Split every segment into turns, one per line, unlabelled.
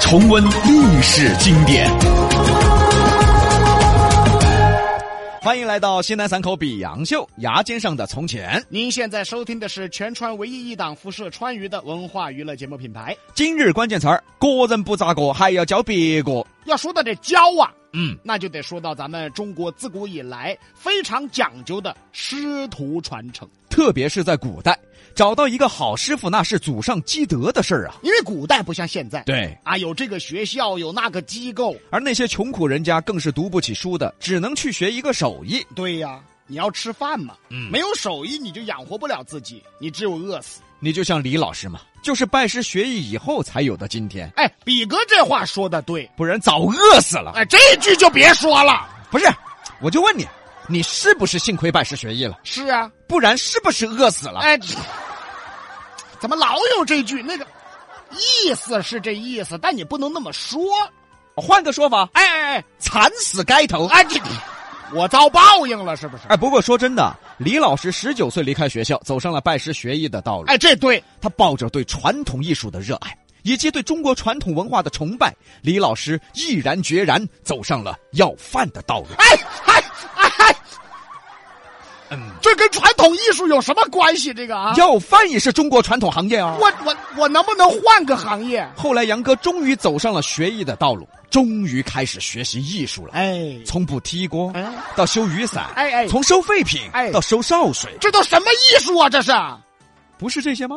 重温历史经典。
欢迎来到西南散口比杨秀，牙尖上的从前。
您现在收听的是全川唯一一档辐射川渝的文化娱乐节目品牌。
今日关键词儿：个人不咋个，还要教别个。
要说到这教啊，
嗯，
那就得说到咱们中国自古以来非常讲究的师徒传承。
特别是在古代，找到一个好师傅那是祖上积德的事儿啊。
因为古代不像现在，
对，
啊，有这个学校，有那个机构。
而那些穷苦人家更是读不起书的，只能去学一个手艺。
对呀、你要吃饭嘛，
嗯
没有手艺你就养活不了自己，你只有饿死。
你就像李老师嘛，就是拜师学艺以后才有的今天，
哎，比哥这话说的对，
不然早饿死了。
哎，这句就别说了。
不是，我就问你，你是不是幸亏拜师学艺了？
是啊，
不然是不是饿死了？
哎，这怎么老有这句那个？意思是这意思，但你不能那么说。
换个说法，
哎哎哎，
惨死街头。
哎，这我遭报应了是不是？
哎，不过说真的，李老师十九岁离开学校，走上了拜师学艺的道路。
哎，这对，
他抱着对传统艺术的热爱，以及对中国传统文化的崇拜，李老师毅然决然走上了要饭的道路。
哎哎哎哎，这跟传统艺术有什么关系？这个啊，
要饭也是中国传统行业啊。
我我我能不能换个行业？
后来，杨哥终于走上了学艺的道路，终于开始学习艺术了。
哎，
从补踢锅
哎
到修雨伞，
哎哎
从收废品
哎
到收潲水，
这都什么艺术啊？这是
不是这些吗？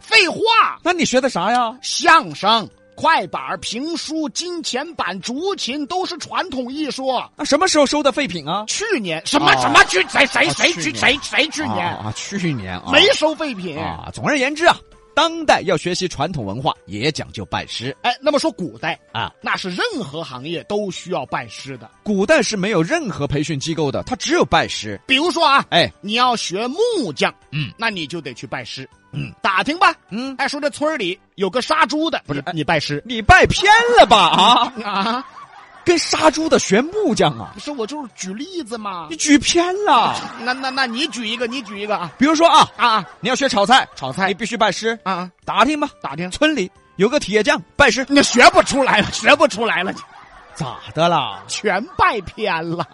废话，
那你学的啥呀？
相声。快板、评书、金钱板、竹琴都是传统艺术。
那什么时候收的废品啊？
去年什么
啊
什么去谁谁
啊
谁
去
去
年
谁谁去年
啊，去年啊，
没收废品。
啊。总而言之啊，当代要学习传统文化，也讲究拜师
哎，那么说古代
啊。
那是任何行业都需要拜师的。
古代是没有任何培训机构的，它只有拜师。
比如说啊，
哎，
你要学木匠，
嗯，
那你就得去拜师，
嗯，
打听吧。
嗯，
哎，说这村儿里有个杀猪的，不
是
你拜师
你拜偏了吧啊？
啊？
跟杀猪的学木匠啊，
不是，我就是举例子嘛
你。举偏了。
那那那你举一个，你举一个啊
比如说啊，
啊
你要学炒菜，
炒菜
你必须拜师，
啊啊！
打听吧。
打听，
村里有个铁匠，拜师
你学不出来了，学不出来了，
咋的啦？
全拜偏了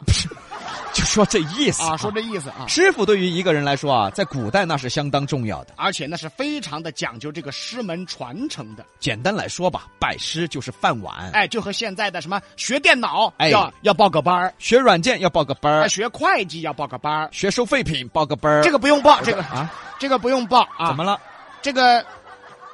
就说这意思
啊！说这意思啊。
师傅对于一个人来说啊，在古代那是相当重要的。
而且那是非常的讲究这个师门传承的，
简单来说吧，拜师就是饭碗。
哎，就和现在的什么学电脑，
哎呃
要要报个班儿，
学软件要报个班
哎
儿，
学会计要报个班儿，
学收废品报个班儿。
这个不用报，这个
啊，
这个不用报啊。
怎么了？
这个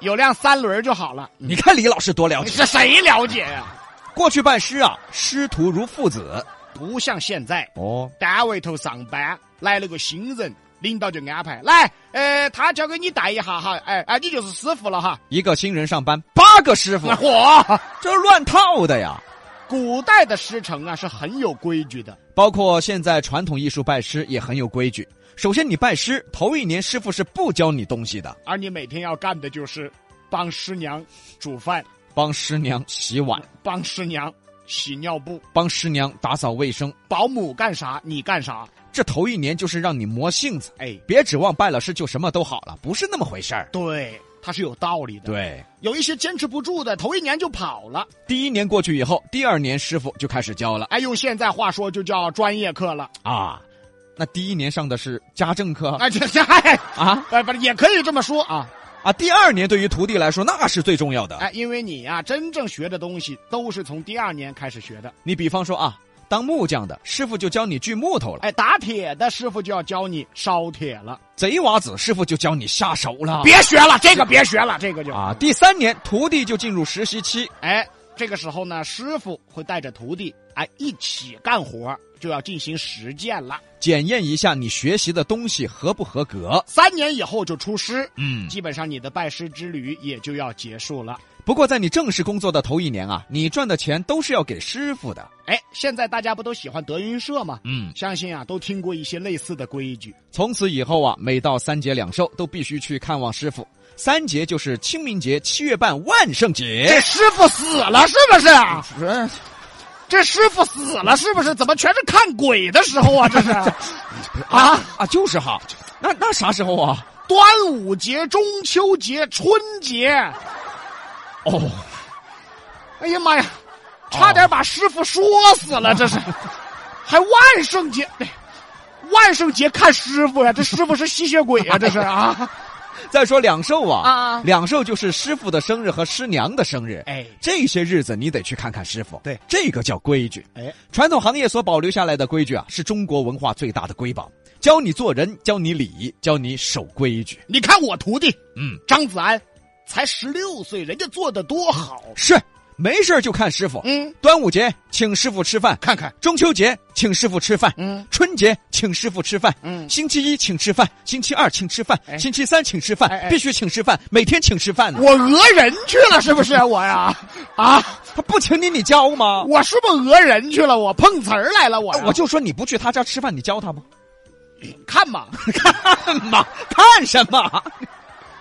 有辆三轮就好了。嗯
你看李老师多了
你
解。
这谁了解呀、
过去拜师啊，师徒如父子。
不像现在，
哦，
单位头上班来了个新人，领导就安排来，呃，他交给你带一下哈，哎哎，你就是师傅了哈。
一个新人上班，八个师傅
那，嚯，
这是乱套的呀。
古代的师承啊是很有规矩的，
包括现在传统艺术拜师也很有规矩。首先，你拜师头一年，师傅是不教你东西的，
而你每天要干的就是帮师娘煮饭，
帮师娘洗碗，
帮师娘洗尿布，
帮师娘打扫卫生。
保姆干啥你干啥，
这头一年就是让你磨性子，
哎，
别指望拜了师就什么都好了，不是那么回事儿。
对，他是有道理的。，
对，
有一些坚持不住的，头一年就跑了，
第一年过去以后，第二年师傅就开始教了
哎，用现在话说就叫专业课了。
啊。那第一年上的是家政课
啊，这这哎
啊
哎，不是也可以这么说啊，
啊，第二年对于徒弟来说那是最重要的。
哎，因为你啊，真正学的东西都是从第二年开始学的。
你比方说啊，当木匠的师傅就教你锯木头了，
哎，打铁的师傅就要教你烧铁了，
贼娃子师傅就教你下手了。
别学了，这个别学了，这个就
啊，第三年徒弟就进入实习期，
哎，这个时候呢，师傅会带着徒弟哎一起干活，就要进行实践了。
检验一下你学习的东西合不合格。
三年以后就出师，
嗯，
基本上你的拜师之旅也就要结束了。
不过在你正式工作的头一年啊，你赚的钱都是要给师傅的。
哎，现在大家不都喜欢德云社吗？
嗯，
相信啊，都听过一些类似的规矩。
从此以后啊，每到三节两寿都必须去看望师傅。三节就是清明节、七月半、万圣节。
这师傅死了是不是啊？这师傅死了是不是？怎么全是看鬼的时 候啊？这是啊，
啊，就是哈，那那啥时候啊？
端午节、中秋节、春节，
哦，
哎呀妈呀，差点把师傅说死了， 这是，还万圣节，哎万圣节看师傅呀，这师傅是吸血鬼呀，这是啊
再说两寿啊，
啊
两寿就是师傅的生日和师娘的生日。
哎
这些日子你得去看看师傅。
对，
这个叫规矩。
哎，
传统行业所保留下来的规矩啊，是中国文化最大的瑰宝，教你做人，教你礼，教你守规矩。
你看我徒弟，
嗯，
张子安，才十六岁，人家做的多好，
是，没事儿就看师傅。
嗯，
端午节请师傅吃饭，
看看，
中秋节请师傅吃饭，
嗯
春节请师傅吃饭，
嗯
星期一请吃饭，星期二请吃饭，
哎
星期三请吃饭，
哎哎
必须请吃饭，每天请吃饭呢。
我讹人去了是不是我呀？啊，
他不请你，你教吗？
我是不是讹人去了？我碰瓷儿来了我呀，
啊我就说你不去他家吃饭，你教他吗？
看嘛，
看嘛，看什么？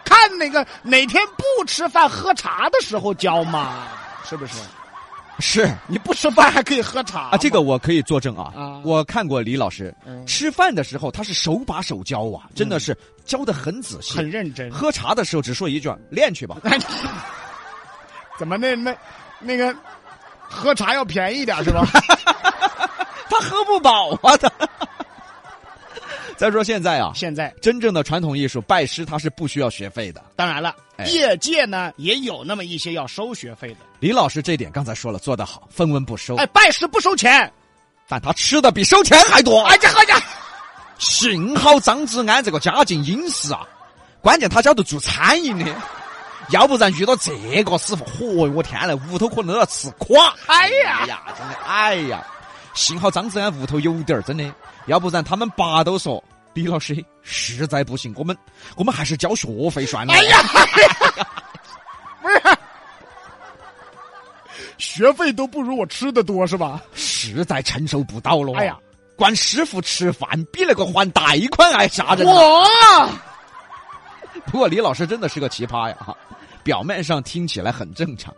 看那个哪天不吃饭喝茶的时候教嘛，是不是？
是
你不吃饭还可以喝茶
啊，这
嘛
个我可以作证啊。
啊
我看过李老师、
嗯
吃饭的时候，他是手把手教啊，真的是教的很仔细。
很认真。
喝茶的时候只说一句：“练去吧。
怎么那那那个喝茶要便宜点是 吧？”
他喝不饱啊， 他。再说现在啊，
现在
真正的传统艺术拜师，它是不需要学费的。
当然了，
哎
业界呢也有那么一些要收学费的。
李老师这点刚才说了，做得好，分文不收，
哎，拜师不收钱。
但他吃的比收钱还多。
哎，这喝这，
幸好张子安这个家境殷实啊，关键他晓得做餐饮的，要不然遇到这个师傅，嚯、我天呐，屋头可能都要吃垮。
哎呀，
呀，真的，哎呀，幸好张子安屋头有点儿，真的，要不然他们爸都说李老师实在不行，我们我们还是交学费算了。
哎呀，不是，学费都不如我吃的多是吧？
实在承受不到了。
哎呀，
管师傅吃饭比那个还贷款还吓人啊。
我
不过李老师真的是个奇葩呀，哈表面上听起来很正常。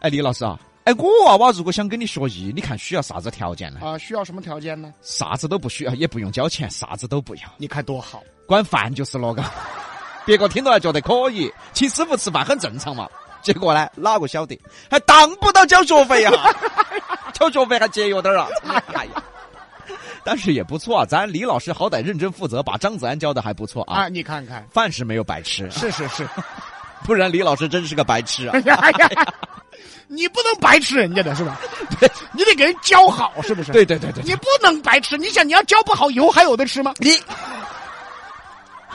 哎，李老师啊，哎，我娃娃如果想跟你学艺，你看需要啥子条件呢？
啊，需要什么条件呢？
啥子都不需要，也不用交钱，啥子都不要，
你看多好。
管饭就是了，嘎。 别个听到还觉得可以，请师傅吃饭很正常嘛。结果呢，哪个晓得还当不到交学费呀、啊 交学费还节约点儿啊！哎呀，但是也不错啊，咱李老师好歹认真负责，把张子安教的还不错啊。
啊，你看看，
饭是没有白吃，
是是是，
不然李老师真是个白痴啊
哎！呀，你不能白吃人家的是 吧？
对，
你得给人教好，是不是？
对，对对对，
你不能白吃。你想，你要教不好，以后还有的吃吗？
你，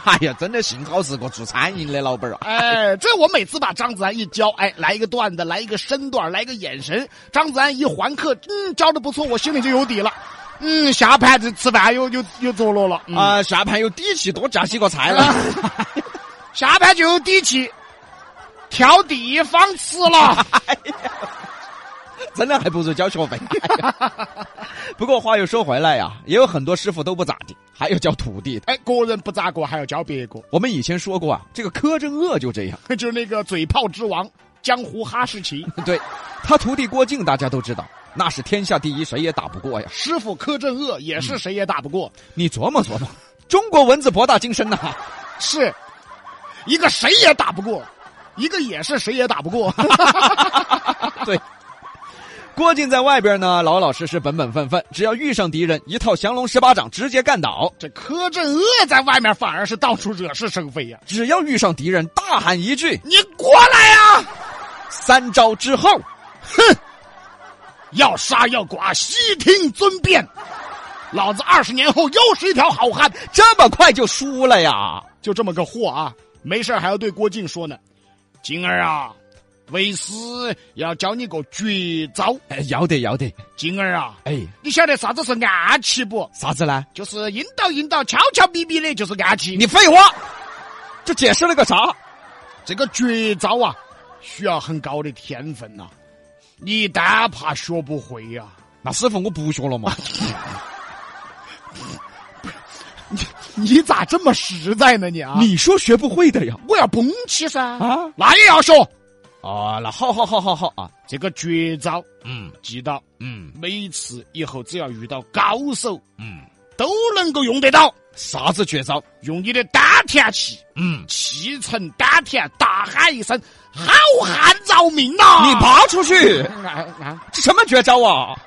哎呀，真的幸好是个做餐饮的老板儿啊！
哎，这我每次把张子安一教，哎，来一个段子，来一个身段，来一个眼神，张子安一还课，嗯，教的不错，我心里就有底了。嗯，下盘子吃饭又又又着落了，嗯、
啊、下盘有底气，多加几个菜了。
下盘就有底气，挑地方吃 了。
真的还不如交学费。哎呀 不过话又说回来呀、也有很多师傅都不咋地，还有教徒弟的。
哎，个人不咋过，还要教别个，
我们以前说过啊，这个柯镇恶就这样。
就是那个嘴炮之王，江湖哈士奇。
对他徒弟郭靖，大家都知道，那是天下第一，谁也打不过呀。
师傅柯镇恶也是谁也打不过，
你琢磨琢磨，中国文字博大精深呐、
是一个谁也打不过，一个也是谁也打不过。
对。郭靖在外边呢，老老实实、本本分分，只要遇上敌人，一套降龙十八掌直接干倒；
这柯镇恶在外面反而是到处惹是生非呀、
只要遇上敌人，大喊一句
你过来呀、
“三招”之后，
要杀要剐，悉听尊便。老子二十年后又是一条好汉，
这么快就输了呀？
就这么个货啊！没事儿还要对郭靖说呢，靖儿啊，为师要教你个绝招。
哎，要得要得，
靖儿啊，
哎，
你晓得啥子是暗器不？
啥子呢？
就是阴道阴道悄悄咪咪的，就是暗器。
你废话，这解释了个啥？
这个绝招啊，需要很高的天分呐、你单怕学不会呀、
那师傅我不学了嘛，
你咋这么实在呢你啊？
你说学不会的呀？
我要崩起噻！
啊
那也要学。
啊，那好好好好好啊，
这个绝招
嗯
记到，
嗯
每次以后只要遇到高手
嗯，
都能够用得到。
啥子绝招？
用你的丹田气，
嗯，
气沉丹田，大喊一声“好汉饶命啊！”
你拔出去，
啊啊，
这什么绝招啊？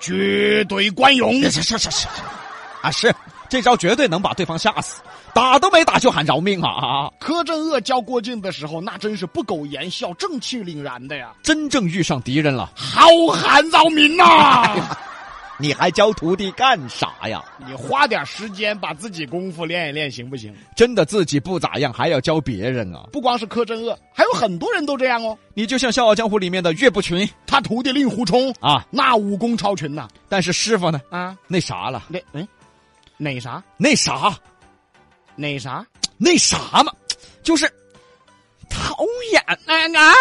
绝对管用！
是是是是 啊，是这招绝对能把对方吓死，打都没打就喊饶命啊！啊
柯镇恶教郭靖的时候，那真是不苟言笑，正气凛然的呀！
真正遇上敌人了，
好汉饶命啊！
你还教徒弟干啥呀？
你花点时间把自己功夫练一练，行不行？
真的自己不咋样，还要教别人啊？
不光是柯镇恶，还有很多人都这样哦。
你就像《笑傲江湖》里面的岳不群
他徒弟令狐冲，
啊，
那武功超群呐！
但是师傅呢？
啊，
那啥了？
那嗯，哪啥
那啥？
哪啥？
那啥嘛？就是讨厌，
啊啊！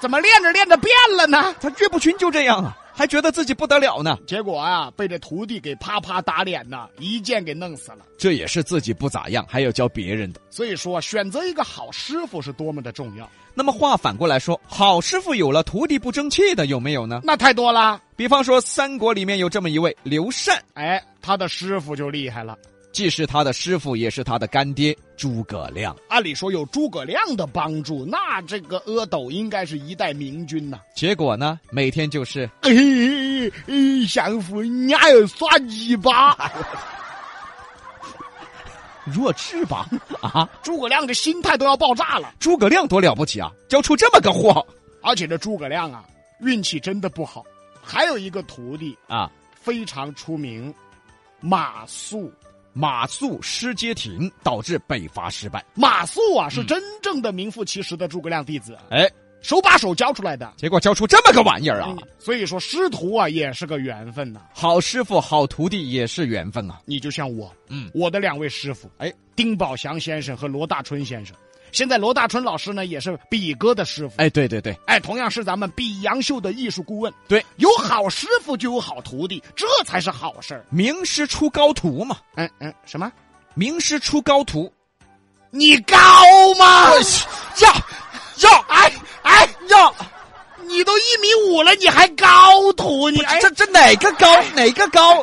怎么练着练着变了呢？
他岳不群就这样啊，还觉得自己不得了呢。
结果啊，被这徒弟给啪啪打脸呐，一剑给弄死了。
这也是自己不咋样，还要教别人的。
所以说，选择一个好师傅是多么的重要，
那么话反过来说，好师傅有了，徒弟不争气的有没有呢？
那太多了。
比方说，三国里面有这么一位刘禅，
哎，他的师傅就厉害了。
既是他的师傅，也是他的干爹诸葛亮。
按理说有诸葛亮的帮助，那这个阿斗应该是一代明君呐、
结果呢，每天就是
哎哎哎，相夫，你还要耍泥巴？
弱智吧？啊，
诸葛亮这心态都要爆炸了。
诸葛亮多了不起啊，教出这么个货
而且这诸葛亮啊，运气真的不好。还有一个徒弟
啊！
非常出名，马谡。
马谡失街亭，导致北伐失败。
马谡啊，是真正的名副其实的诸葛亮弟子，啊
哎，
手把手教出来的。
结果教出这么个玩意儿啊！
嗯所以说师徒啊也是个缘分呐、
好师傅、好徒弟也是缘分啊！
你就像我，
嗯，
我的两位师傅，
哎，
丁宝祥先生和罗大春先生。现在罗大春老师呢，也是比哥的师傅，
哎，对对对，
哎，同样是咱们比洋秀的艺术顾问。
对，
有好师傅就有好徒弟，这才是好事儿。
名师出高徒嘛，
嗯嗯，什么？
名师出高徒
你高吗？
哎
要哎要，哎哎要，你都一米五了，你还高徒？你哎，
这这哪个高哪个高？